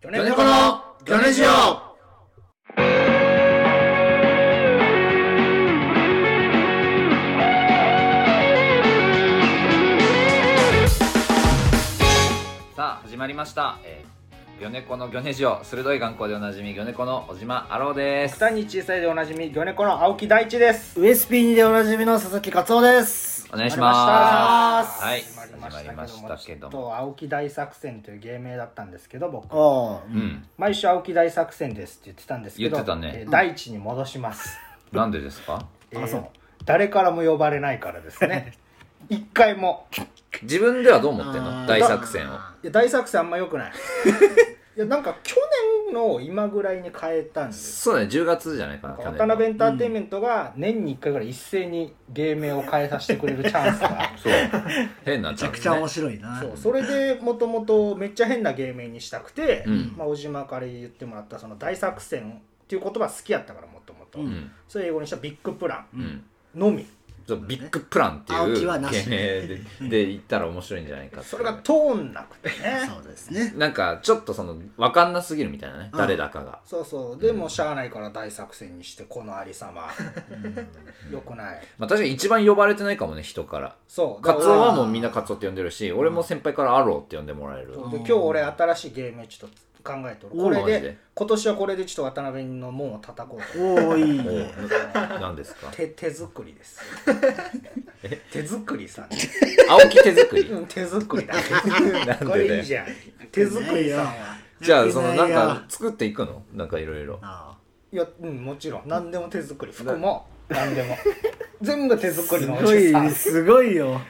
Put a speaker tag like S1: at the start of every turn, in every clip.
S1: 金子のガネジオ
S2: さあ始まりました、えー、魚猫の魚ネジオ鋭い眼光でおなじみ魚猫の小島アローです
S3: 単に小さいでおなじみ魚猫の青木大地です
S1: ウエスピーにでおなじみの佐々木勝夫です
S2: お願いし
S3: あ
S2: ます
S1: り
S2: はい
S3: 始まりまし
S2: 始ま
S3: た
S2: りました
S3: け
S2: け
S3: ども
S2: ど
S3: ちょっと青木大作戦という芸名だったんですけど僕
S1: ああ
S2: う、ん
S3: 毎週青木大作戦ですって言ってたんですけど
S2: 言ってたね
S3: えー大地に戻します、
S2: なんでですか
S1: あそう
S3: 誰からも呼ばれないからですね一回も
S2: 自分ではどう思ってん
S1: あー
S2: の大作戦を
S3: いや大作戦あんま良くないいやなんか去年の今ぐらいに変えたんです
S2: そうだね10月じゃないかな去
S3: 渡
S2: 年の
S3: 辺エンターテインメントが年に1回ぐらい一斉に芸名を変えさせてくれるチャンスが
S2: そう変な
S1: め
S2: め
S1: ちゃくちゃ面白いな
S3: そうそれでもともとめっちゃ変な芸名にしたくて、
S2: うん
S3: まあ、小島から言ってもらったその大作戦っていう言葉好きやったからもともと
S1: う
S2: うん
S3: それ英語にしたビッグプラ
S2: うん、
S3: ンのみ
S2: そうビッグプランってい
S1: 青
S2: う
S1: 木
S2: 芸
S1: はなし
S2: 名でで言ったら面白いんじゃないかっていう
S3: それが通んなくてね
S1: そうですね
S2: なんかちょっとその分かんなすぎるみたいなね
S1: うん
S2: 誰だかが
S3: そうそうでもしゃあないから大作戦にしてこのありさまよくない
S2: まあ確かに一番呼ばれてないかもね人から
S3: そう
S2: カ
S3: だ
S2: ツオはもうみんなカツオって呼んでるし、俺も先輩からアローって呼んでもらえる。
S3: そうで今日俺新しい芸名ちょっと考えてるこれ
S2: マジで
S3: で今年はこれでちょっと渡辺の門を叩こうと思う
S1: おーいい
S2: お
S1: ね
S2: う何ですか
S3: 手手作りです手作りさんです
S2: 青木手作り
S3: うん手作りだ。
S2: だよ
S3: これいいじゃん。手作りさんは。
S2: じゃあ、そのなん
S1: やって
S2: か作っていくのなんかいろいろ。
S1: あ
S3: いや、うん、もちろん。何でも手作り。服も、何でも。 全部手作り
S1: あ
S3: の
S1: す
S3: お
S1: ご
S3: じさ
S1: い
S3: ん。
S1: すごいよ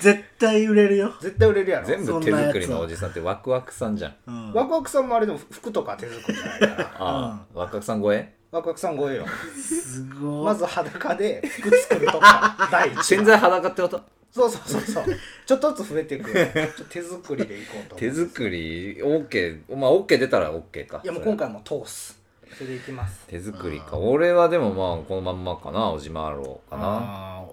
S1: 絶対売れるよ、
S3: 絶対売れるやろ。
S2: 全部手作りのおじさんってワクワクさんじゃん。
S1: うん、
S3: ワクワクさんもあれでも服とか手作りじゃない から。
S2: ああ、ワクワクさん超え
S3: ワクワクさんごえよ。
S1: すごい
S3: まず裸で服作ると か、第一。
S2: 洗剤裸ってこと
S3: そうそうそうそう。ちょっとずつ増えていく。ちょ手作りでいこうと思う。
S2: 手作り、OK。まあ、OK 出たら OK か。
S3: いや、もう今回も通す。それでいきます。
S2: 手作りか。俺はでもまあ、このまんまかな。おじまろうかな。
S3: あ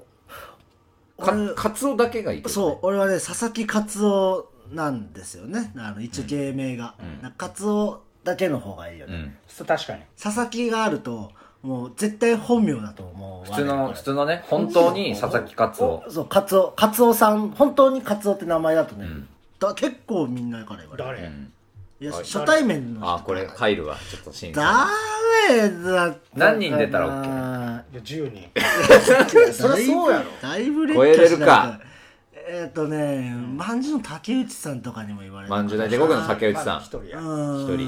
S2: かカツオだけがいいけどね。
S1: そう俺はね佐々木勝夫なんですよねあの一応芸名が、
S2: うん
S1: なんか勝夫だけの方がいいよ
S2: う
S1: ね、
S2: ん。
S3: あ。確かに。
S1: 佐々木があるともう絶対本名だと思う
S2: 普通
S1: 我
S2: の、
S1: 々
S2: 普通のね、本当に佐々木カツオ
S1: お。そうカツオカツオさん本当にカツオって名前だとね、
S2: うん
S1: だ結構みんなから言われる
S2: う
S3: 誰
S2: ん
S1: いや
S2: はい
S1: 初対面の人
S2: あこれ入るわちょっと審
S1: ダ
S2: 査
S1: メだった
S2: 何人出たら
S1: OK
S3: いや、10人。
S1: そ
S3: りゃそうやろ
S1: だいぶ劣
S2: 超えれるか
S1: えっ、とねまんじゅうの竹内さんとかにも言われる
S2: まんじゅう大帝国の竹内
S3: ま
S2: さ
S3: あ一
S2: ん
S3: 人や。
S1: 一人
S2: 一人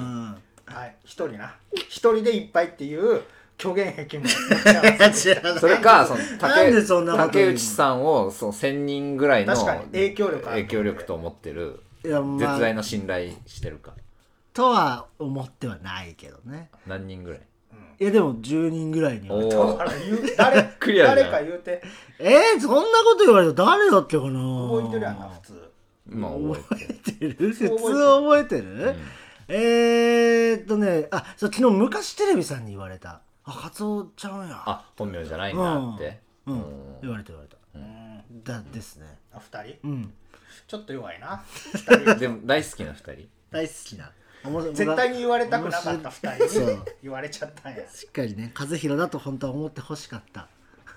S3: はい、一人な。一人でいっぱいっていう虚言癖も。
S2: それかその
S1: なんで
S2: 竹
S1: そんなこと言う
S2: 竹
S1: の
S2: 内さんをそう1000人ぐらいの
S3: 確かに影響力ある
S2: 影響力と思ってる
S1: いやま
S2: 絶大
S1: あ
S2: な信頼してるか
S1: とは思ってはないけどね
S2: 何人ぐらい
S1: いやでも10人ぐらいに
S2: お
S1: は
S3: だ
S2: お
S3: から言う誰
S2: クリアじ
S3: 誰
S2: ゃん
S3: か言うて、
S1: えー、そんなこと言われたら誰だっけかな
S3: 覚えてるやんな、普通。
S2: まあ覚えてる
S1: 覚え てる普通覚えてるえーっとねあそう昨日昔テレビさんに言われた「あカツオちゃうんや」
S2: あ本名じゃないんだって
S1: う
S2: うん
S1: ん、言われた言われた
S3: うん、
S1: だですね
S3: あ二人
S1: うん
S3: ちょっと弱いな。
S2: でも大好きな2人
S1: 大好きなおもろ
S3: 絶対に言われたくなかった二人
S1: そ
S3: に
S1: う
S3: 言われちゃったんや。
S1: しっかりね和弘だと本当は思ってほしかった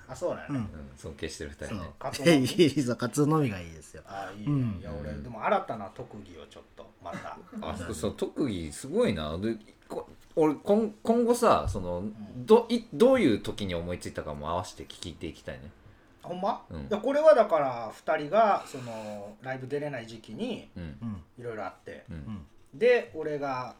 S3: あ、そうだね。
S2: うん尊敬してる2
S1: そ
S2: 人ね
S1: う
S3: カツオの
S1: いいぞカツオのみがいいですよ
S3: あ、いいね。いや、俺、でも新たな特技をちょっと、また。
S2: あそうそう特技すごいなでこ俺今今後さそのどいどういう時に思いついたかも合わせて聞いていきたいね
S3: ほんま
S2: うん
S3: いや、これはだから、二人が、その、ライブ出れない時期に、
S2: うん
S1: うん
S3: いろいろあって。
S2: うん
S1: うん
S3: で俺が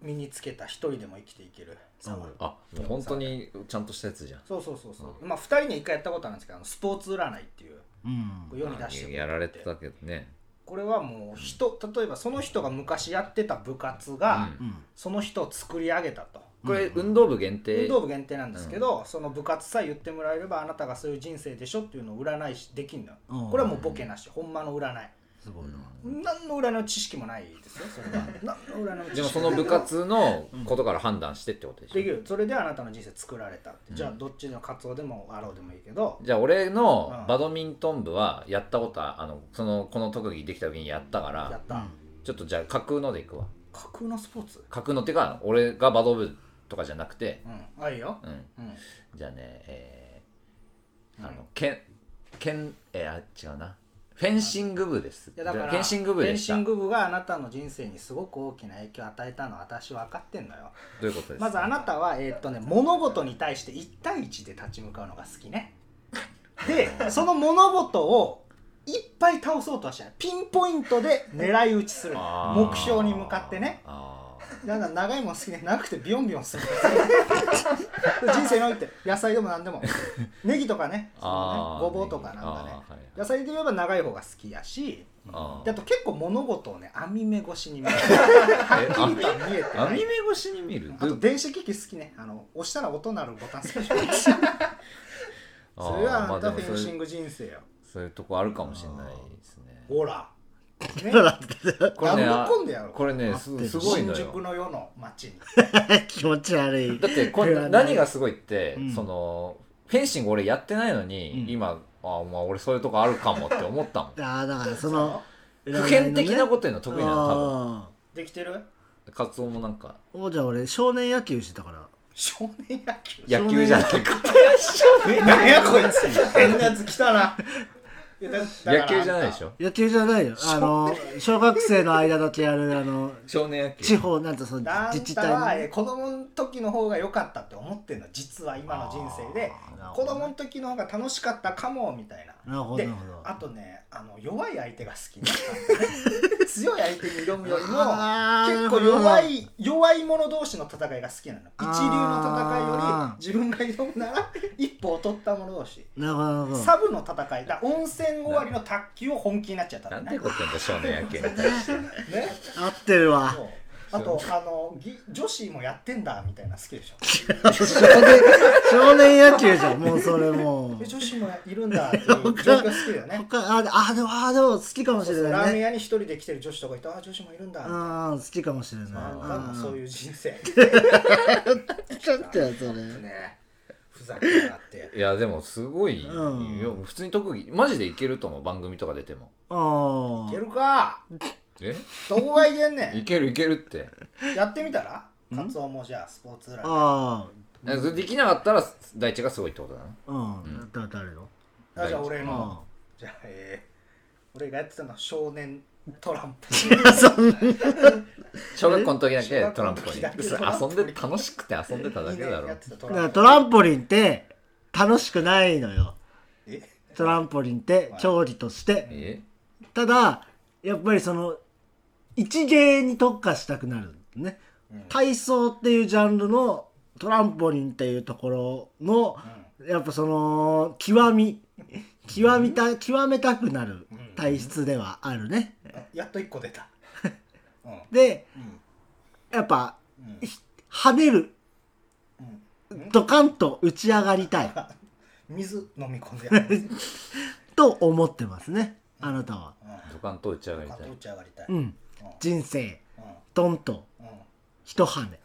S3: 身につけた一人でも生きていける
S1: そう
S3: そう
S2: あもう本当にちゃんとしたやつじゃん
S3: そうそうそうそう、まあ二人に一回やったことあるんですけどあのスポーツ占いっていう
S1: うん
S3: こう世に出しても
S2: やられてたけどね
S3: これはもう人例えばその人が昔やってた部活が、
S2: うん
S1: うん
S3: その人を作り上げたと
S2: これ運動部限定
S3: 運動部限定なんですけど、その部活さえ言ってもらえればあなたがそういう人生でしょっていうのを占いしできんのよ、
S1: うん
S3: これはもうボケなしほんまの占い
S1: すごいな
S3: 何の占いの知識もないですよそれは何の占いの知識もない
S2: でもその部活のことから判断してってことでしょ
S3: できるそれであなたの人生作られたって、
S2: うん
S3: じゃあどっちのカツオでもアローでもいいけど
S2: じゃあ俺の
S3: うん
S2: バドミントン部はやったことはあのそのこの特技できた時にやったか
S3: やっ
S2: ら
S3: た、
S1: うん
S2: ちょっとじゃあ架空のでいくわ
S3: 架架空のスポーツ
S2: 架空のってか俺がバド部とかじゃなくて、
S3: うんあいいよ、
S2: うん、
S3: うん、
S2: じゃあねえー、あ
S3: うん
S2: のけんけんえー、あ違うなフェンシング部です
S3: いやだから
S2: フェンシング部でした
S3: フェンシン
S2: ど
S3: グ部があなたの人生にすごく大きな影響を与えたのは私分かってんのよ
S2: ういうことですか
S3: まずあなたは、えーっとね、物事に対して1対1で立ち向かうのが好きね。で、 その物事をいっぱい倒そうとはしない。ピンポイントで狙い撃ちする。
S2: あー
S3: 目標に向かってね。
S2: あ
S3: だから長いもん好きね。長くてビヨンビヨン する。人生において、野菜でも何でも。ネギとかね、
S2: ー
S3: その
S2: あ
S3: ね
S2: ー
S3: ごぼうとかなんかね。
S2: あーはい
S3: 野菜で言えば長い方が好きやし、
S2: あ
S3: であ
S2: ー
S3: と結構物事をね、網目越しに見 えてる。はっきりとは見えてない
S2: 網。目越しに見る
S3: あと
S2: どういう
S3: 電子機器好きねあの押したら音鳴るボタン好きそれ
S2: あ
S3: は
S2: ーま
S3: あ
S2: あ
S3: んたフェ
S2: でも
S3: ン
S2: そう
S3: シ
S2: い
S3: ン
S2: う
S3: グ人生よ
S2: そういうとこあるかもしれないですね
S3: ほらね
S2: これね
S3: ダブルコンでやろう
S2: これね
S1: 合って
S2: す
S1: る
S2: すごい
S3: 新
S2: の
S3: 宿
S2: よ
S3: の世の街に
S1: 気持ち悪い
S2: だってこれ
S1: いや
S2: 何がすごいって、
S1: うん
S2: そのフェンシング俺やってないのに、
S1: うん
S2: 今あまあ俺そういうとこあるかもって思ったもん
S1: ああだからその
S2: 普遍的なこと言うの得意なの多分
S1: 多
S3: できて る
S2: カツオもなんか
S1: 分おじゃあ俺少年野球してたから
S3: 少年野球
S2: 野球じゃなくて
S3: 何やこいつ変なやつ来たな
S2: 野球じゃないでし
S3: ょ
S2: ょ
S1: 野球じゃないよあの小学生の間だけやるあの
S2: 少年野
S1: 地
S2: 球
S1: 方なんとその
S3: あ
S1: 自
S3: ん
S1: 治
S3: たは、え
S1: 体
S3: ー子供の時の方が良かったって思ってんの実は今の人生で
S2: あー
S1: なるほ
S3: 子
S1: どね
S3: 供の時の方が楽しかったかもみたいな
S1: なるほど
S3: で
S1: なるほど
S3: あとねあの弱い相手が好きね強い相手に挑むよりも
S1: あー
S3: 結構
S1: な
S3: 弱
S1: るほど
S3: い弱い者同士の戦いが好きなの一流の
S1: あー
S3: 戦いより自分が挑むなら一歩を取った者同士
S1: なるほどなるほど
S3: サブの戦いだ温泉終わりの卓球を本気になっちゃった
S2: なん
S3: の
S2: て
S3: ね
S2: こと言うんだ少年野球に対して
S3: ね
S1: 合ってるわ
S3: そうあとあのぎ女子もやってんだみたいな好きでしょ
S1: 少年少年野球じゃんもうそれも
S3: え
S1: う
S3: 女子もいるんだっていう状況好きだよね
S1: 他あであでもあでも好きかもし
S3: そう
S1: れ
S3: そうラ
S1: ない
S3: ーメン
S1: ね
S3: 屋に一人で来てる女子とかいてあー女子もいるんだみたいな
S1: うん好きかもしれない
S3: あん
S2: ー
S3: たもそういうう人生
S1: んちょっとやそれ
S3: ねふざけやがって
S2: いやでもすごいよ、
S1: うん
S2: 普通に特技マジでいけると思う番組とか出ても
S1: あ
S3: い
S1: あ
S3: けるか
S2: え
S3: どこがいけん
S2: い
S3: ね
S2: けるいけるって
S3: んやってみたら
S1: ん
S3: カツオもじゃあスポーツラ
S1: あ
S2: えそれできなかったら大地がすごいってことだな
S1: あうんだ誰の
S3: あじゃあ俺
S1: う
S3: の
S1: ん
S3: じゃあえー俺がやってたのは少年トランプ
S2: 小学校の時だけトランポリン
S3: 小学校の時だけ
S2: 遊んで楽しくて遊んでただけだ
S3: 二年
S2: ろ
S3: やってたト
S1: だか
S3: ラ
S1: ら
S3: ン
S1: ト
S3: プ
S1: ランポリンって楽しくないのよ
S3: え
S1: トランポリンって調理として
S2: え
S1: ただやっぱりその一芸に特化したくなるね
S3: うん
S1: 体操っていうジャンルのトランポリンっていうところのやっぱその極み極みた極めたくなる体質ではあるね
S3: うんやっと一個出 たうん
S1: で
S3: うん
S1: やっぱ
S3: うん
S1: 跳ねる
S3: うん
S1: ドカンと打ち上がりたい
S3: 水飲み込んでや る
S1: と思ってますねあなたは
S2: ドカンと打ち上がり
S3: カ
S2: た
S3: ツ
S2: い
S3: オ打ち上がりたいううん
S1: ん人生ドンと
S3: うんうん
S1: 一跳ね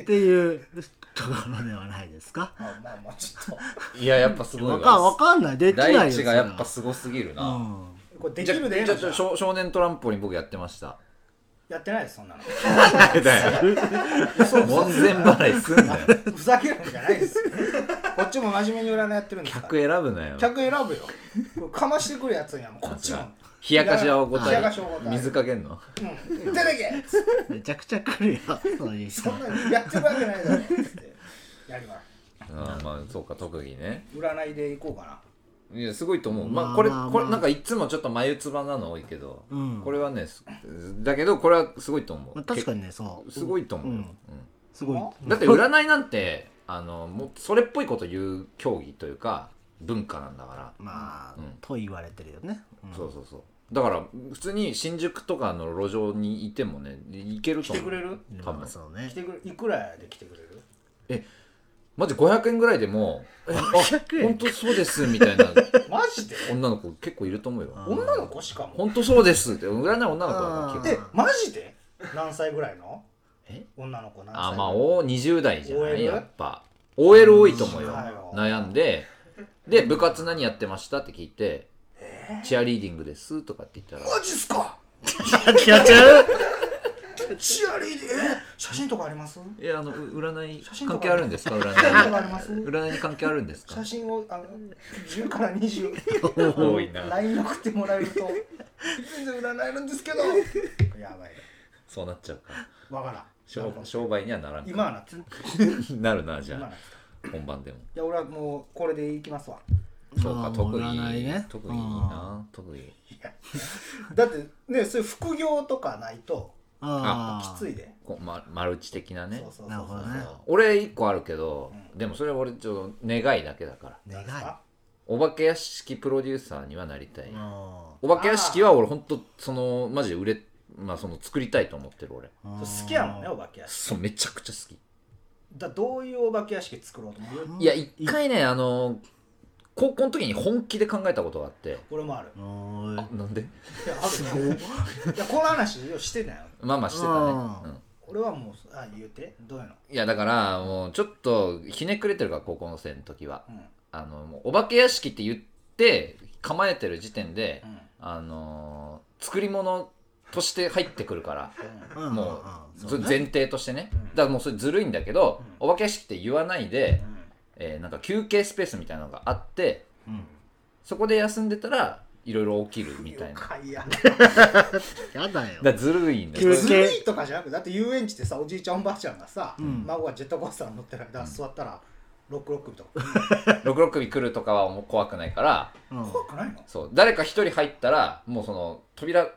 S1: っていうところではないですか
S3: まあまあまあちょっ
S2: いややっぱすごい
S1: わかわかんないできないよ
S2: 大地がやっぱ
S1: そ
S2: すごすぎる
S1: れはう
S2: な、
S1: ん
S3: とこれで
S2: じ
S3: き
S2: ゃ
S3: るでええ
S2: じゃ
S3: のじゃ
S2: あ少少年トランポリン僕やってました
S3: やってないですそんなの
S2: 門前払いすんなよ
S3: ふざけるんじゃないですよこっちも真面目に占いやってるんですから
S2: 客選ぶなよ
S3: 客選ぶよこれかましてくるやつにはもうこっちも
S2: 冷やかしはおごた
S3: 冷や
S2: え
S3: かしはおごたえ
S2: 水かけんの
S3: 「うん出てけ!」
S1: めちゃくちゃ来るよそういう人
S3: そんなにやってるわけないだろ」ってやりま
S2: あーまあそうか特技ね
S3: す占いでいこうかない
S2: やすごいと思う
S1: ま
S2: ま
S1: あ
S2: あこれ
S1: まあ
S2: これ
S1: まあ
S2: なんかいつもちょっと眉唾なの多いけど
S1: うん
S2: これはねすだけどこれはすごいと思
S1: まあ
S2: う
S1: 確かにねそう
S2: すごいと思うよ、
S1: うん
S2: うん
S1: すごい
S2: だって占いなんてあのもうそれっぽいこと言う競技というか文化なんだから、
S1: まあ
S2: うん
S1: と言われてるよねうん
S2: そうそうそうだから普通に新宿とかの路上にいてもね行ける
S3: 来
S2: と思
S3: て
S2: う
S3: くれる
S1: ま
S2: 多
S1: あ
S2: 分
S1: そうね
S3: 来てくれいくらで来てくれる
S2: マジ500円ぐらいでも「あ本当そうです」みたいな
S3: マジで
S2: 女の子結構いると思うよ
S1: う
S2: 「
S1: ん
S3: 女の子しかも
S2: 本当そうです」って占い女の子だから
S1: うん
S2: 結
S3: え
S2: 構
S3: マジで何歳ぐらいの
S2: え
S3: 女の子何歳
S2: あまあお20代じゃない
S3: OL
S2: やっぱ OL 多いと思うよ
S3: そうだよ
S2: 悩んでで部活何やってましたって聞いて「チアリーディングです」とかって言ったら
S3: マジっすか
S1: やっちゃう
S3: チアリーディえ写真とかあります
S2: いやあのう占い
S3: 写真と
S2: 関
S3: か
S2: 係あるんですか占
S3: 写真とかあ
S2: い
S3: ります
S2: 占いに関係あるんですか
S3: 写真をあの10から20
S2: 多いな
S3: LINE 送ってもらえると全然占えるんですけどやばい
S2: そうなっちゃうか
S3: わからん
S2: 商商売にはならんか
S3: 今はなつ
S2: なるなじ
S3: 今はな
S2: ゃあ本番でも
S3: いや俺はもうこれでいきますわ
S2: そう
S1: あ
S2: か
S1: ー
S2: 特技
S1: 占いね
S2: 特技いいな特技
S3: いやだってねそういう副業とかないと
S1: ああ
S3: きついで、
S2: こう、ま、マルチ的なね
S3: そうそうそうそう
S1: なるほどね
S2: 俺一個あるけど、
S3: う
S2: でもそれは俺ちょっと願いだけだか
S1: 願
S2: ら
S1: い
S3: あ
S2: お化け屋敷プロデューサーにはなりたい、
S1: あ
S2: お化け屋敷は俺ほんとそのマジで売れまあその作りたいと思ってる俺
S1: あ
S3: そう好きやもんねお化け屋敷
S2: そうめちゃくちゃ好き
S3: だどういうお化け屋敷作ろうと思う
S2: いや一回ねあの高校の時に本気で考えたことがあって
S3: 俺もある
S1: おーい
S2: なんで
S3: いやあるよいやこの話ようしてない
S2: まあまあしてたね、
S1: あー
S2: うん
S3: 俺はもうあ言うてどういうの
S2: いやだからもうちょっとひねくれてるから高校の生の時は
S3: うん
S2: あのもうお化け屋敷って言って構えてる時点で
S3: う、ん
S2: あのー作り物として入ってくるから
S3: うん
S1: うん
S2: もう
S1: うん
S2: それ
S1: ね
S2: 前提としてね
S3: うん
S2: だからもうそれずるいんだけど、
S3: う
S2: お化け屋敷って言わないで、
S3: うん
S2: えーなんか休憩スペースみたいなのがあって
S1: うん
S2: そこで休んでたらいろいろ起きるみたいなだか
S3: 妖怪や
S1: やだよ
S2: らずるいんだよ
S1: 休憩
S3: ずるいとかじゃなくてだって遊園地でさおじいちゃんおばあちゃんがさ、
S1: うん
S3: 孫がジェットコースター乗ってる間座ったらロックロックとか
S2: 六六首来るとかはもう怖くないから
S1: うん
S3: 怖くないの
S2: そう誰か一人入ったらもうその扉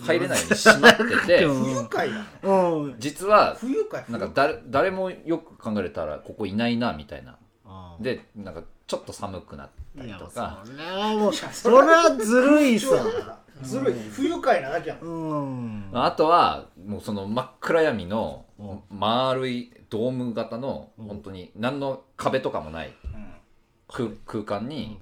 S2: 入れないように閉まってて
S1: うん
S3: 不愉快やの
S1: うん
S2: 実は
S3: 不愉快不
S2: な
S3: 愉
S2: んか
S3: 快
S2: 誰誰もよく考えたらここいないなみたいな
S1: あー
S2: でなんかちょっと寒くなった
S1: い
S2: り
S1: や
S2: とか
S1: それはもう
S3: いや
S1: それはずるい
S3: そう
S1: さ
S3: だからずるい不愉快なだけやもん
S1: うん
S2: あとはもうその真っ暗闇の
S1: うん
S2: 丸いドーム型の
S1: うん
S2: 本当に何の壁とかもない空空間に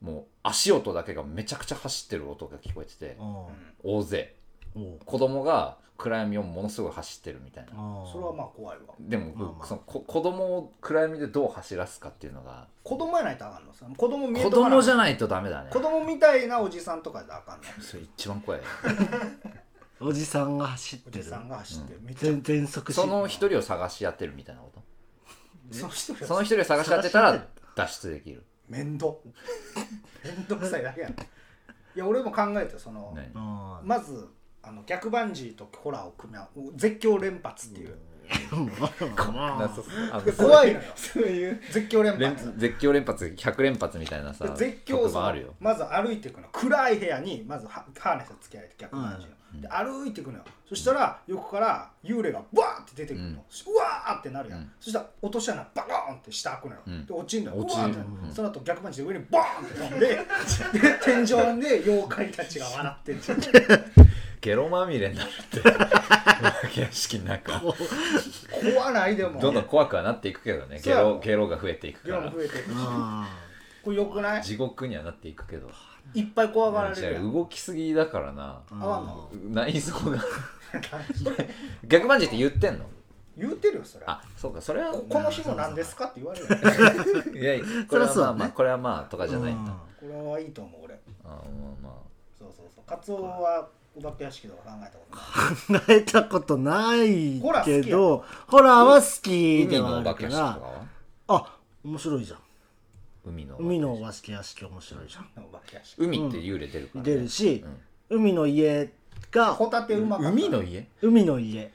S2: もう足音だけがめちゃくちゃ走ってる音が聞こえてて
S1: うん
S2: 大勢
S1: おう
S2: 子供が暗闇をものすごい走ってるみたいな
S1: あー
S3: それはまあ怖いわ
S2: で
S1: まあま
S2: も
S1: あ
S2: そのこ子供を暗闇でどう走らすかっていうのが
S3: 子供やないとあかんのさ子供見え
S2: 子
S3: とかな
S2: 供じゃないとダメだね
S3: 子供みたいなおじさんとかじゃあかんの
S2: それ一番怖い
S1: おじさんが走っ
S3: お
S1: て
S3: じ
S1: る
S3: さんが走ってるめっちゃ
S1: 全全速疾
S2: その一人を探し当てるみたいなこ
S3: その人
S2: と
S3: が
S2: その一人を探し当てたら脱出できる
S3: 面倒 面倒くさいだけやんいや俺も考えてその
S2: 何
S1: あ
S3: まずあの逆バンジーとホラーを組み合う絶叫連発っていう、
S1: ーまあ
S2: あの
S3: で怖いのよ そういう絶叫連
S2: 連
S3: 発
S2: 絶叫連発100連発みたいなさ
S3: で絶叫を
S2: 曲
S3: そ
S2: も
S3: の
S2: あるよ
S3: まず歩いていくの暗い部屋にまずハハーネスをつけられて逆バンジーの、
S2: うん
S3: で歩いていくのよそしたら横から幽霊がバーって出てくるの、
S2: うん
S3: うわーってなるやん、
S2: うん
S3: そしたら落とし穴バコーンって下開くのよ、
S2: うん
S3: で落ちるのよ
S2: 落
S3: う
S2: ちる
S3: わーってなる、
S2: うん
S3: その後逆バンジーで上にバーンって飛んでで天井で妖怪たちが笑ってる
S2: ゲロまみれになる って屋敷の中
S3: 怖ないでも
S2: どんどん怖くはなっていくけどね
S3: そう
S2: ゲ
S3: やろ
S2: ロゲロが増えていくか
S3: 量も
S2: ら
S3: 増えていくし
S1: あ
S3: これよくない
S2: 地獄にはなっていくけど
S3: いっぱい怖がられ
S2: じゃ
S3: る
S2: あ
S3: やん
S2: 動きすぎだからな
S1: ー
S3: 合わんの
S2: 内臓が 逆バンジーって言ってんの
S3: 言うてるよそれ
S2: あそうかそれは
S3: ここの日も何ですかって言われるよ
S2: いやこ
S1: そ
S2: れ
S1: りゃ
S2: は
S1: そう
S2: ま
S1: だ
S2: あ
S1: ね
S2: まあこれはまあとかじゃないんだ
S1: う
S3: これはいいと思う俺
S2: あまあま
S3: そうそうそうカツオはお化け屋敷とか考えたことない
S1: ん考えたことない
S3: ホラー
S1: け
S3: 好きやろ
S1: どホラーは好
S2: あ
S1: き
S2: 海
S1: で
S2: の
S1: は
S2: お
S1: あ
S2: 化
S1: るか
S2: け屋敷とからは
S1: あ面白いじゃん
S2: 海のお化け
S1: 海のお化け屋敷面白いじゃ
S3: お化け屋敷
S2: 海って幽霊出るから
S1: ん
S2: ね
S1: 出るし
S2: うん
S1: 海の家が
S3: ホタテうまかった
S2: 海の家
S1: 海の家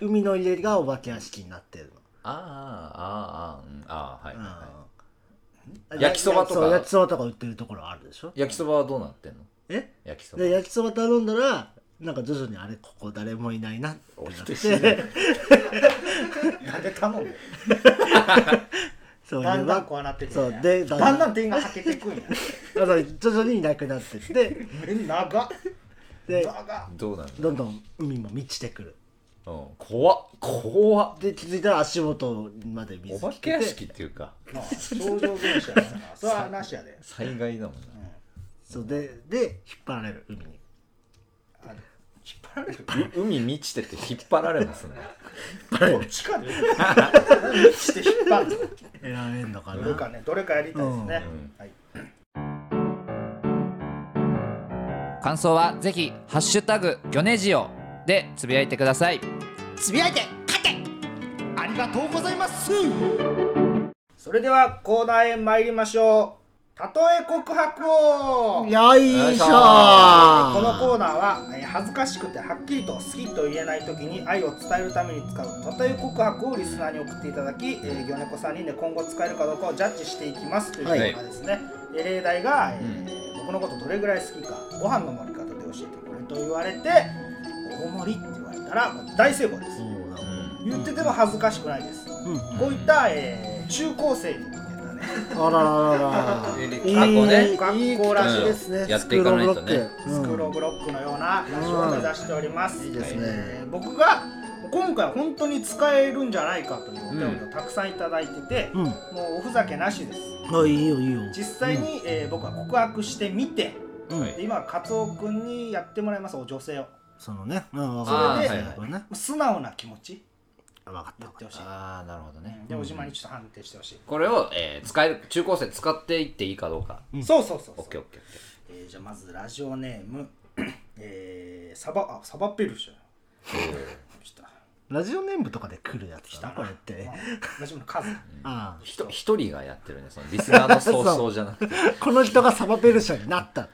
S1: 海の家がお化け屋敷になってるの
S2: ああああああうんああはいはいは
S1: うん
S2: 焼きそばとか
S1: そう焼きそばとか売ってるところあるでしょ
S2: い焼きそばはどうなってんの
S1: え
S2: 焼きそば
S1: で焼きそば頼んだらなんか徐々にあれここ誰もいないなって
S2: お
S1: なっ
S2: 人
S1: て
S2: よしね
S3: なんで頼む
S1: そうい
S3: だ
S1: え
S3: んだん
S1: ば
S3: こうなってく
S1: そ
S3: る
S1: うん
S3: や
S1: で
S3: だ
S1: だ
S3: ん
S1: ん
S3: だ
S1: だ
S3: ん
S1: ん
S3: 点がはけてくんや
S1: あの徐々にいなくなってって
S3: え長っ
S1: で
S3: 長っ
S2: どうなんだ
S1: どんどん海も満ちてくる
S2: うん怖っ怖っ
S1: で気づいたら足元まで水
S2: お
S1: 来てて
S2: 化け屋敷っていうか
S3: まあ症状現象やからなそれはなしやで
S2: 災害だもんな
S1: そうでで引っ張られる海に
S3: あの引っ張られる
S2: う海満ちてて引っ張られますね
S3: どっちかで何して引っ張る
S1: 選べんのか
S3: のどれか
S1: な
S3: ねどれかやりたいですね
S2: うんうん
S3: はい
S2: 感想はぜひハッシュタグギョネジオでつぶやいてください
S3: つぶやいて勝てありがとうございますそれではコーナーへ参りましょうたとえ告白を
S1: よいしょー
S3: このコーナーはえー恥ずかしくてはっきりと好きと言えない時に愛を伝えるために使うたとえ告白をリスナーに送っていただき、えー、魚猫3人で今後使えるかどうかをジャッジしていきますというテ
S1: はい
S3: ーマですね、えー例題が、えー僕のことどれぐらい好きかご飯の盛り方で教えてくれと言われて大盛りって言われたらもう大成功です、
S1: そうだ
S3: 言ってても恥ずかしくないです、
S1: うん
S3: こういった、えー中高生に向けたね
S1: あらららら
S2: え
S1: い
S2: ー過去ね
S1: いいい
S3: 学校らしい
S1: ですね
S2: うんやっていかないとね
S3: スクールオ
S1: ブ
S3: ブロックのようなラジオを目指しております、
S1: いいですね
S3: えー僕が今回本当に使えるんじゃないかというお便りをたくさんいただいてて、
S1: うん
S3: もうおふざけなしです
S1: うんあいいよいいよ
S3: 実際に、えー僕は告白してみて
S1: うん
S2: はい
S3: で今カツオ君にやってもらいますお女性を
S1: そのねうんわ
S3: それで
S1: か
S2: あーはいはい
S1: これね
S3: 素直な気持ち
S1: るわかった
S3: 言ってほしい
S2: ああなるほどね
S3: でおじまにちょっと判定してほしい、
S2: これを、えー使える中高生使っていっていいかどうか
S1: うん
S3: そうそうそう
S2: オ
S3: そう
S2: ッケーオッケーオッ
S3: えーじゃあまずラジオネーム、えーサバあサバペルシャ来た
S1: ラジオネームとかで来るやつ
S3: 来
S1: だ
S3: た
S1: なこれって
S3: まあラジオ の数
S1: あ
S2: ケーひと一人がやってるねそのリスナーの総
S1: そ
S2: 称じゃ なくて
S1: あこの人がサバペルシャになった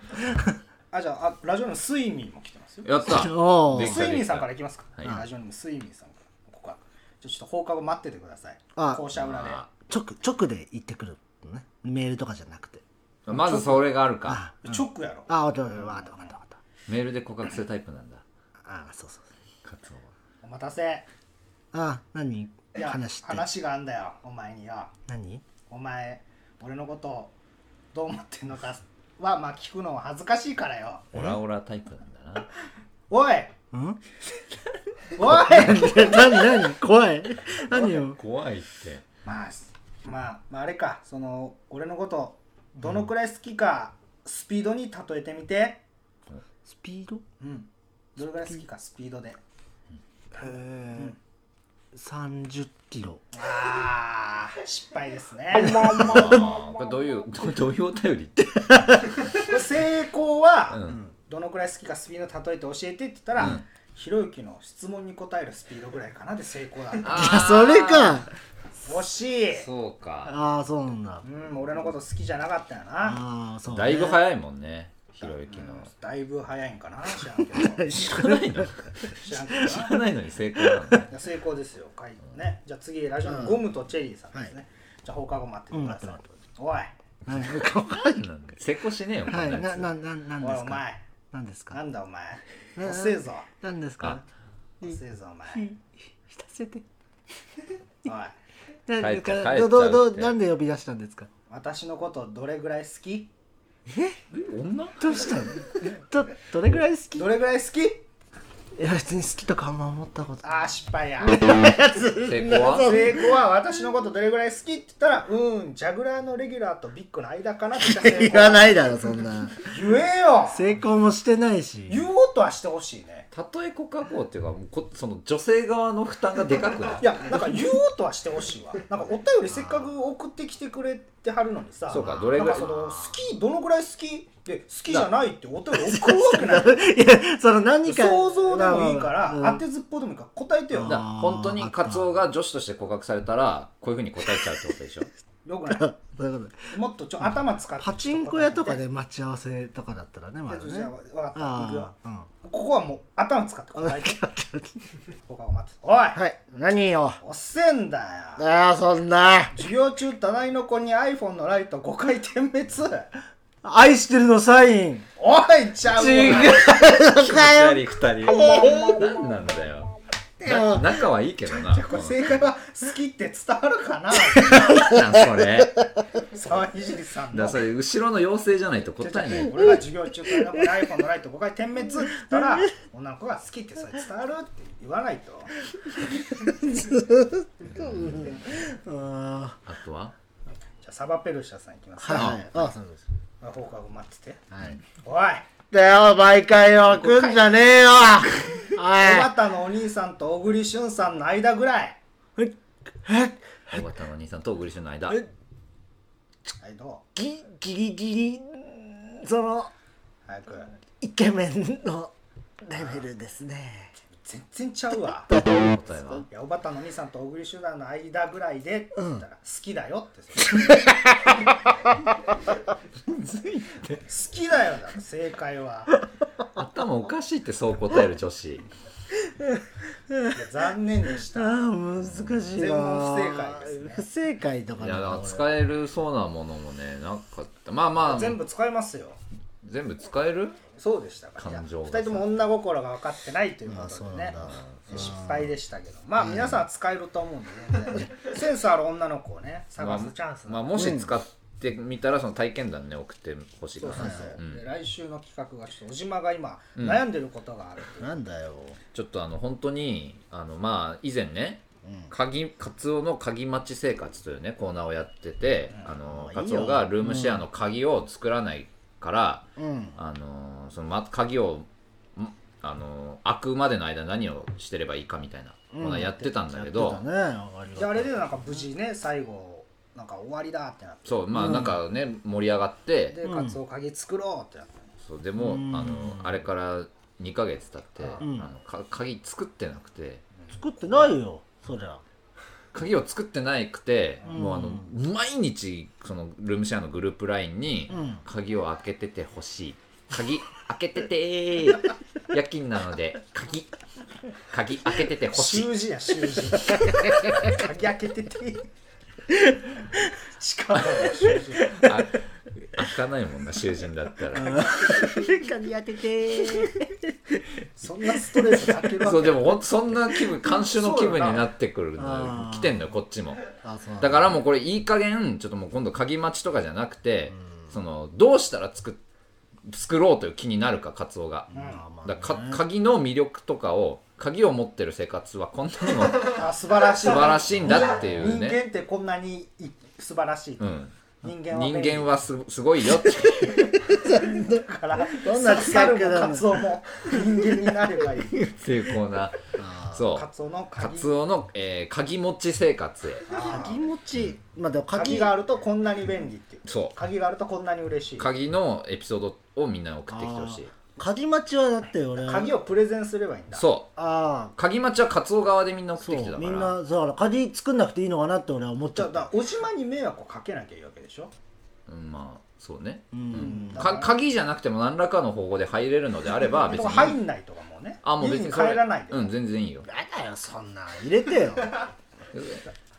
S3: あじゃああラジオネームスイミーも来てますよ
S2: やった
S1: おお
S2: でき
S3: スイミーさんからいきますか、
S2: はい
S3: ラジオネームスイミーさんからここはじゃあちょっと放課後待っててください
S1: あ
S3: 校舎裏で
S2: ま
S1: 直直で行ってくるのねメールとかじゃなくて
S2: あまずそれがあるか
S3: 直やろ
S1: ああわかったわかったわかったわかっ
S2: メールで告白するタイプなんだ
S1: たああそうそう
S2: カツオは
S3: お待たせ
S1: ああ何
S3: いや
S1: 話って
S3: 話があんだよお前によ
S1: 何
S3: お前俺のことどう思ってんのかはまあ聞くのは恥ずかしいからよ
S2: オラオラタイプなんだな
S3: おい
S1: うん
S3: おい
S1: 何何怖い何よ
S2: 怖いって
S3: まあすまあ、まあ、あれかその俺のことどのくらい好きか、スピードに例えてみて
S1: スピード
S3: うんどれくらい好きかスピードで
S1: え30キロ
S3: あー失敗ですね
S2: あーこれどういうどどういうお便りって
S3: 成功
S2: う
S3: は
S2: ん
S3: どのくらい好きかスピード例えて教えてって言ったら、
S2: うん
S3: ひろゆきの質問に答えるスピードぐらいかなで成功だった
S2: あ
S1: い
S2: ー
S1: やそれか
S3: 惜しい
S2: そうか
S1: ああそうなんだ
S3: うん俺のこと好きじゃなかったよな
S1: ああそうね
S2: だいぶ早いもんねひろゆき
S3: う
S2: の
S3: んだいぶ早いんかな知らんけど
S2: 知らないの
S3: 知らんけどな
S2: 知らないのに成功なん だ
S3: いや成功ですよ、回ね。じゃあ次、ラジオのゴムとチェリーさんですね。
S1: は
S3: じゃあ放課後待っててください。
S1: うん待って
S3: おい、
S1: はい怖
S2: なんか成功しねえよこん
S1: いはい
S2: な
S1: な
S2: やつ
S1: なななん
S3: お
S1: で
S3: い、
S1: す
S3: お
S1: か
S3: 前、
S1: なんです
S3: な
S1: か
S3: んだお前、
S1: ええ
S3: 遅えぞ、
S1: なんですか
S3: 遅えぞお前、
S1: 浸せて
S3: おい、
S1: なんで
S2: 帰っちゃう帰っちゃ
S1: ど
S2: う
S1: どど
S2: って
S1: なんで呼び出したんですか
S3: 私のことどれぐらい好き
S2: え女
S1: どうしたのどどれぐらい好きい
S3: どれぐらい好き
S1: や別に好きとかあんま思ったこと
S3: ああ、失敗や。
S2: 成功 は
S3: 成功は私のことどれぐらい好きって言ったら、うーん、ジャグラーのレギュラーとビッグの間かなって言ったら成
S1: 言
S3: 功
S1: わないだろそんな
S3: 言えよ
S1: 成功もしてないし
S3: 言おうとはしてほしいね。
S2: たとえ告白王っていうかもうこその女性側の負担がでかくない
S3: いやなんか言おうとはしてほしいわなんかお便りせっかく送ってきてくれてはるのにさ
S2: そうかどれぐらい
S3: なんかその好きどのぐらい好きで好きじゃないってお便り送るわけない
S1: いやその何か
S3: 想像でもいいから、
S1: うん
S3: 当てずっぽうでもいいから答えてよ
S2: だから本当
S1: あ
S2: に
S1: ー
S2: カツオが女子として告白されたらこういうふうに答えちゃうってことでしょ
S3: よくない
S1: そういうこと
S3: もっとちょ頭使って
S1: パチンコ屋とか
S3: で
S1: で待ち合わせとかだったらねまだ
S3: じゃあ
S1: ね
S3: 分かった行くよ
S1: ああう ん
S3: ここはもう頭使っ て答えて他を待つおい、
S1: はい何よ
S3: おっせんだよ
S1: ああそんな
S3: 授業中隣の子に iPhone のライト5回点滅
S1: 愛してるのサイン
S3: おいちゃうわ
S1: 違う
S2: 気持ち悪い2人何なんだよな仲はいいけどな
S3: じゃあこれ正解は好きって伝わる かな
S2: なんそ れ
S3: 沢井じりさん
S2: だから
S3: の
S2: そ。れ後ろの妖精じゃないと答えない
S3: 俺が授業中からこの iPhone のライト5回点滅って言っ たら女の子が好きってそれ伝わるって言わないと
S1: あ
S2: あとは
S3: じゃあサバペルシャさんいきま
S1: あ
S3: す、
S1: はいはいああそうです
S3: 放課後待ってて
S2: はい
S3: おい
S1: だよ毎回よ来んじゃねえよ
S3: 小
S1: は
S3: 畑のお兄さんと小栗旬さんの間ぐらい
S1: いえ
S2: 小畑の兄さんと小栗旬の間
S1: え
S3: はいど
S1: ギギリギリその
S3: う早く
S1: イケメンのレベルですね
S3: 全然ちゃうわ
S2: だと思ったよ
S3: いやおばたの兄さんと小栗集団の間ぐらいでって言ったら、好きだよってそれ 好きだよだから正解は
S2: な頭おかしいってそう答える女子
S3: いや残念でし
S1: あ
S3: た
S1: ー難しいなー
S3: 全問不正解ですね
S1: 不正解とか
S2: い
S1: な
S2: や
S1: んだ
S2: だから
S1: 俺
S2: 使えるそうなものもねなかったまあまあ
S3: 全部使えますよ
S2: 全部使える
S3: そうでしたから
S2: 感情が
S3: 2人とも女心が分かってないというこ
S1: あそ
S3: と
S1: う
S3: で
S1: なん
S3: ね
S1: だ
S3: 失敗でしたけどまあ皆さんは使えると思うんで、ね、センスある女の子をね探すチャンスな
S2: まあ
S3: んで
S2: もし使ってみたらその体験談ね送ってほしいか
S3: そう
S2: な
S3: そうそう、
S2: うん
S3: で来週の企画がちょっと小島が今悩んでることがあるっていう
S1: なんだよ
S2: ちょっとあの本当にあのまあ以前ね鍵カツオの鍵待ち生活というねコーナーをやってて、あの
S1: あ
S2: カ
S1: いい
S2: ツ
S1: よ
S2: オがルームシェアの鍵を作らないから、
S1: うん
S2: あのそのま鍵をんあの開くまでの間何をしてればいいかみたいな、
S1: ん
S2: こんなやってたんだけ
S1: や
S2: ど
S1: ってたねわかるよ
S3: であれでなんか無事ね最後なんか終わりだってなって
S2: そうまあなんかね、盛り上がって
S3: でカツオ鍵作ろうってなって、
S2: そうでも、
S1: うん
S2: あのあれから2ヶ月経って、
S1: ん
S2: あのか鍵作ってなくて
S1: 作ってないよそりゃ
S2: 鍵を作ってないくて、
S1: ん
S2: もうあの毎日そのルームシェアのグループ LINE に
S1: うん
S2: 鍵を開けててほしい鍵開けてて ー夜勤なので鍵鍵開けててほしい
S3: 習字や習字鍵開けててしかも習字
S2: あ開かないもんな囚人だったら
S1: 鍵当てて
S3: そんなストレスかけるわけ
S2: そうでもほんとそんな気分監修の気分になってくる
S1: そうだ
S2: の
S1: な
S2: 来てんのよこっちも
S1: あそうなん
S2: だからもうこれいい加減ちょっともう今度鍵待ちとかじゃなくて、そのどうしたら作っ作ろうという気になるかカツオが、
S1: まあまあね
S2: だからか鍵の魅力とかを鍵を持ってる生活はこんなにも
S3: あ素晴らしい
S2: 素晴らしいんだっていう
S3: 人間
S2: ね、
S3: ってこんなにい素晴らしい、
S2: うん、
S3: 人間は
S2: 人
S3: 便利
S2: 間はすすごいよって
S3: だから
S1: どんな使い方
S3: 猿もカツオも人間になればいい
S2: いうっていうコーナーそう
S3: カツオの
S2: カ
S3: 鍵
S2: ツオの、えー鍵持ち生活へ
S1: 鍵持ちまあでも
S3: 鍵
S1: 鍵
S3: があるとこんなに便利っていう
S2: そう
S3: 鍵があるとこんなに嬉しい
S2: 鍵のエピソードをみんな送ってきてほしい
S1: 鍵待ちはだって俺
S3: 鍵をプレゼンすればいいんだ
S2: そう
S1: ああ
S2: 鍵待ちはカツオ側でみんな送
S1: そ
S2: ってきてた
S1: う
S2: か
S1: みん
S2: ら
S1: なそうだから鍵作んなくていいのかなって俺は思っち
S3: じゃ
S1: ゃ
S3: あ
S1: っ
S3: だ
S1: た
S3: からお島に迷惑をかけなきゃいいわけでしょ
S2: うんまあそうね
S1: うん
S3: だか
S2: から鍵じゃなくても何らかの方法で入れるのであれば別
S3: と
S2: に
S3: か入んないとかもね
S2: あもう別
S3: 家
S2: に
S3: に
S2: それ
S3: 帰らないで、
S2: うん全然いいよだか
S1: やだよそんなん入れ てよ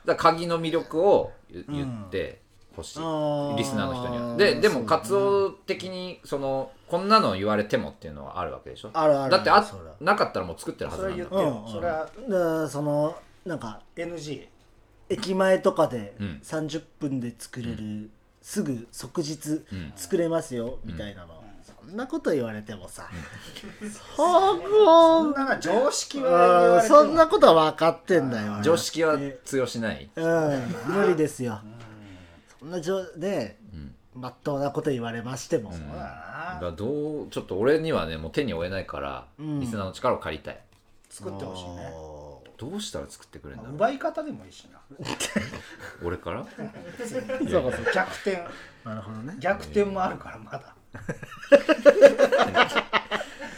S2: ら鍵の魅力を言言ってほしい、
S1: あー
S2: リスナーの人には
S1: そ
S2: で
S1: う
S2: でも
S1: ね
S2: カツオ的にそのこんなの言われてもっていうのはあるわけでしょ
S1: あるある
S2: だってあ
S1: そりゃ
S2: なかったらもう作ってるはず
S3: それは
S2: なん
S3: 言
S2: だ
S3: って
S1: う
S3: よ
S1: ん、
S3: それは
S1: だからそのなんか
S3: NG
S1: 駅前とかで
S2: うん
S1: 30分で作れる、すぐ即日
S2: ん
S1: 作れますよ、みたいなの、そんなこと言われてもさ、そ
S3: そん
S1: う
S3: なな常識は言
S1: あ
S3: わ
S1: ー
S3: れて
S1: そん
S3: も
S1: なことは分かってんだよ
S2: 常識は通用しない、
S1: うん無理ですよそんなじょね
S2: うん
S1: まっとうなこと言われましても、
S3: そうだ
S2: だ
S3: な
S2: からどうちょっと俺にはねもう手に負えないから、
S1: うん
S2: リスナーの力を借りたい
S3: 作ってほしいね
S2: どうしたら作ってくれるんだろ
S3: 奪い方でもいいしな
S2: う俺から
S1: そうかそうか
S3: 逆 転
S1: なるほどね
S3: 逆転もあるからまだ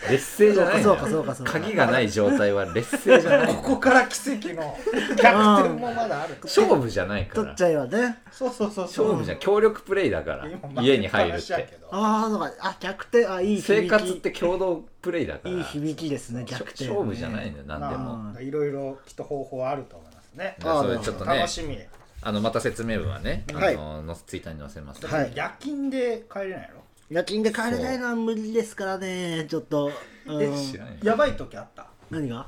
S2: 劣勢じゃないん
S1: そ
S2: だ
S1: う
S2: よ
S1: かそうかそうか
S2: 鍵がない状態は劣勢じゃない
S3: ここから奇跡 の逆転もまだある
S2: 勝負じゃないか
S1: 取っ
S2: ら
S1: ちゃえばね
S3: そうそうそうそう
S2: 勝負じゃ協力プレイだか
S3: 今
S2: ら家に入るっ
S3: 負け話やけ
S2: て
S3: ど
S1: ああそうかあ逆転あいい響き
S2: 生活って共同プレイだから
S1: いい響きですね
S2: しょ
S1: 逆転ね
S2: 勝負じゃないんだよ何でも
S3: まあいろいろきっと方法あると思いますね
S2: じゃあ
S1: あ
S2: それちょっとね
S3: 楽しみ
S2: あのまた説明文はねあ
S1: はい
S2: ののツイッターに載せます
S1: はい
S3: 夜勤で帰れないの
S1: 夜勤で帰れないのは無理ですからねちょっと、うん
S3: え
S2: 知らない
S3: やばい時あった
S1: 何が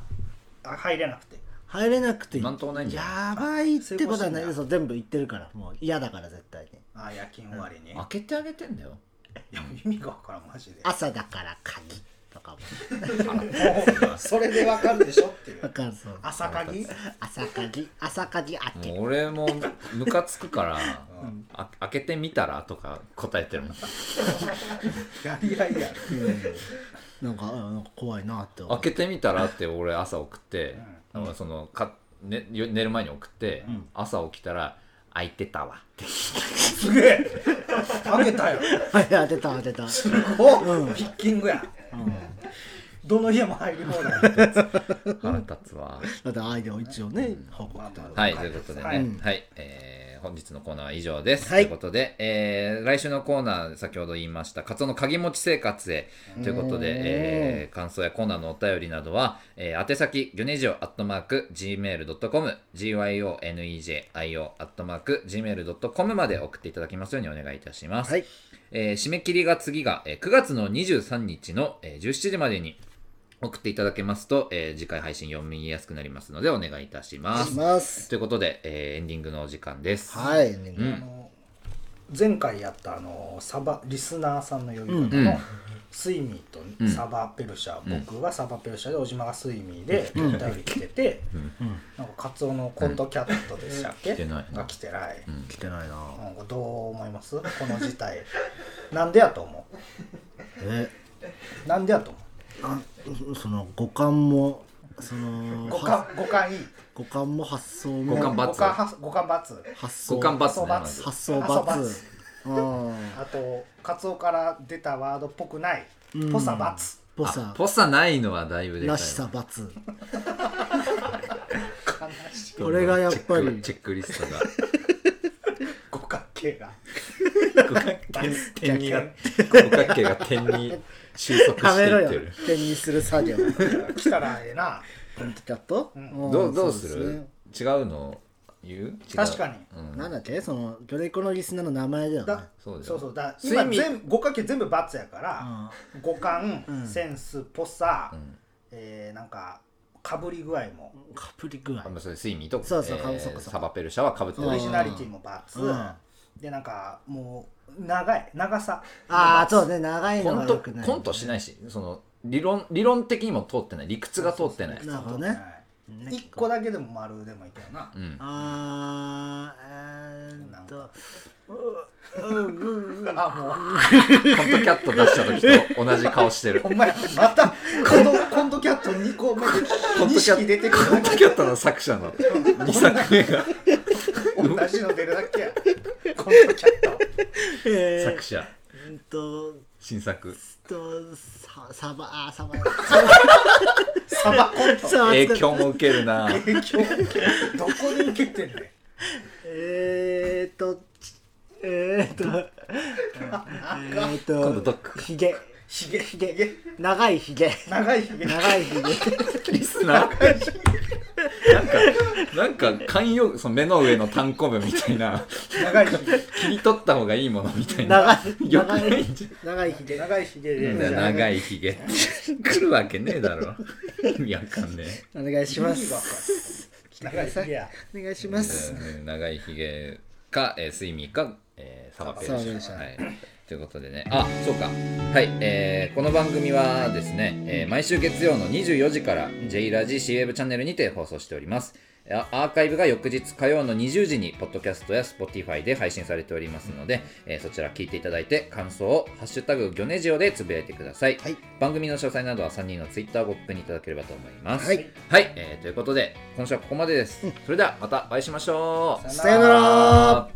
S3: あ入れなくて
S1: 入れなくて
S2: なんともないんじゃ
S1: やばいってことはな
S3: 成功してんだ
S1: いそう全部言ってるからもう嫌だから絶対に
S3: あ夜勤終わりにい
S2: 開けてあげてんだよ
S3: や意味がわからんマジで
S1: 朝だから鍵と かも
S3: もうそれでわかるでしょってい
S1: わ
S3: う
S1: かるそう
S3: 朝鍵
S1: 朝鍵朝鍵あって
S2: もう俺もムカつくからあ開けてみたらとか答えてるもん
S3: やり合いやる
S1: なんかうんなんか怖いなって思
S2: 開
S1: う
S2: けてみたらって俺朝送って、だからそのか、ね、よ寝る前に送って、朝起きたら開いてたわって
S3: すげえ開けたよ
S1: はい当てた当てた
S3: おピッキングやどの家も入り放題
S2: 腹立つわ。
S1: だってアイデアを一応ね報告と
S3: まあ
S2: はい、ということでね、
S3: は
S2: はいい、えー本日のコーナーは以上です。
S1: はい
S2: ということで、えー来週のコーナー、先ほど言いました、カツオの鍵持ち生活へということで、えー感想やコーナーのお便りなどは、えー宛先、ギョネジオアットマーク、gmail.com、gyonejio アットマーク、gmail.com まで送っていただきますようにお願いいたします。
S1: はい
S2: えー締め切りが次が、えー9月の23日の、えー17時までに送っていただけますと、えー次回配信読みやすくなりますのでお願いいたしま
S1: し
S2: す。
S1: ます
S2: ということで、えーエンディングのお時間です。
S1: はい、
S3: あの前回やったあのサバリスナーさんの呼び方
S2: うん
S3: のスイミーとサバペルシャ、僕はサバペルシャで小島がスイミーでお便り来てて、なんかカツオのコントキャットでしたっけ、
S2: ん来てないな
S3: が来てない、
S1: 来てないな
S3: うんどう思いますこの事態 なんでやと思
S1: え
S3: うなんでやと思
S1: あその五感もその
S3: う五感五感いい
S1: 五感も発想
S2: 五
S1: も
S2: 感バツ
S3: 五感は五感バツ
S1: 発想
S2: 五感バツ
S3: そ
S2: ね。
S3: うバ
S2: ま
S3: ツ
S2: ず
S1: 発想
S3: 発想
S1: バ
S3: バ
S1: ツ
S3: ツ
S1: うん
S3: あとカツオから出たワードっぽくないぽさバツ
S1: ぽ
S2: あ
S1: さ
S2: ポサないのはだいぶでかいわ。
S1: らしさバツ
S3: 悲しい
S2: どんどん
S1: これがやっぱり
S2: チェックリストが。
S3: 五角形が
S2: 五角形点にが、五角形が点に収束
S1: や
S2: して
S1: めろ
S2: いって
S1: よ
S2: る。
S1: 点にする作業
S3: 来たらええな
S1: コントキャットん
S2: どうどうす
S1: そです
S2: る
S1: ね
S2: 違うの言う違う
S3: 確かに
S2: うん
S1: なんだっけそのギョレコのリスナーの名前だよね
S3: だ
S2: そうだよ
S3: そうそうだ今
S2: 睡眠
S3: 全部五角形全部バツやから五感センスぽさえーなんかかぶり具合も
S1: かぶり具合
S2: あんまそれ睡眠と
S1: そうそう
S2: え
S1: そうそう
S2: ーサバペルシャはかぶって
S1: うん
S3: オ
S2: る
S3: リ
S2: し
S3: ジナリティもバツ
S1: うん
S3: でなんかもう長い長さ
S1: ああそうね長い
S2: コ
S1: のが
S2: ン
S1: 良
S2: ト
S1: くない
S2: コントしないしその理論理論的にも通ってない理屈が通ってない
S1: なるほどね
S3: はい一個だけでも丸でもいいけどな
S2: うん
S1: あーえーっとうんうんうん
S3: あもう
S2: コントキャット出した時と同じ顔してる
S3: ほんまやまたコントコントキャット2個目で
S2: コント
S3: 2
S2: キャッ
S3: 式出てくる
S2: コントキャットの作者の2作目が
S3: 同じの出るだけやコントキャット
S1: えー
S2: 作者
S1: うんと
S2: 新作
S1: とササバあーサバ
S3: サバコント
S1: サバ
S2: 影響も受けるな
S3: 影響どこに受けてんねん
S1: えーっとちえーっとえーっ
S2: 今度ド
S1: と
S2: ック
S1: ひげ
S3: ひげひ
S1: ひ
S3: げ
S1: げ長いひげ
S3: 長いひげ
S1: 長いひ げ
S2: リスナーなんかなんか慣用その目の上の単行部みたいな
S3: 長いひげ
S2: 切り取った方がいいものみたい
S1: 長
S2: ないよくな
S1: 長
S2: い
S1: い
S2: んじゃん
S1: 長いひげ
S3: 長いひげ
S2: なん
S3: で
S2: だよ長いひげって来るわけねえだろ意味わかんね
S1: お願いします
S3: 長いひげや
S1: お願いしま
S2: え
S1: す
S2: うん長いひげか、えー、睡眠か、えー、サバペ
S1: サバペ
S2: ル
S1: ル
S2: シ
S1: シ
S2: ャ
S1: ャ
S2: はいということでねあそうかはい、えーこの番組はですね、えー毎週月曜の24時から J ラジ C ウェブチャンネルにて放送しておりますあアーカイブが翌日火曜の20時に、ポッドキャストや Spotify で配信されておりますので、えーそちら聞いていただいて、感想を、ハッシュタグ、ギョネジオでつぶやいてください。
S1: はい
S2: 番組の詳細などは3人の Twitter をご確認いただければと思います。
S1: はい
S2: はい、えーということで今週はここまでです。それではまたお会いしましょう。
S1: さよなら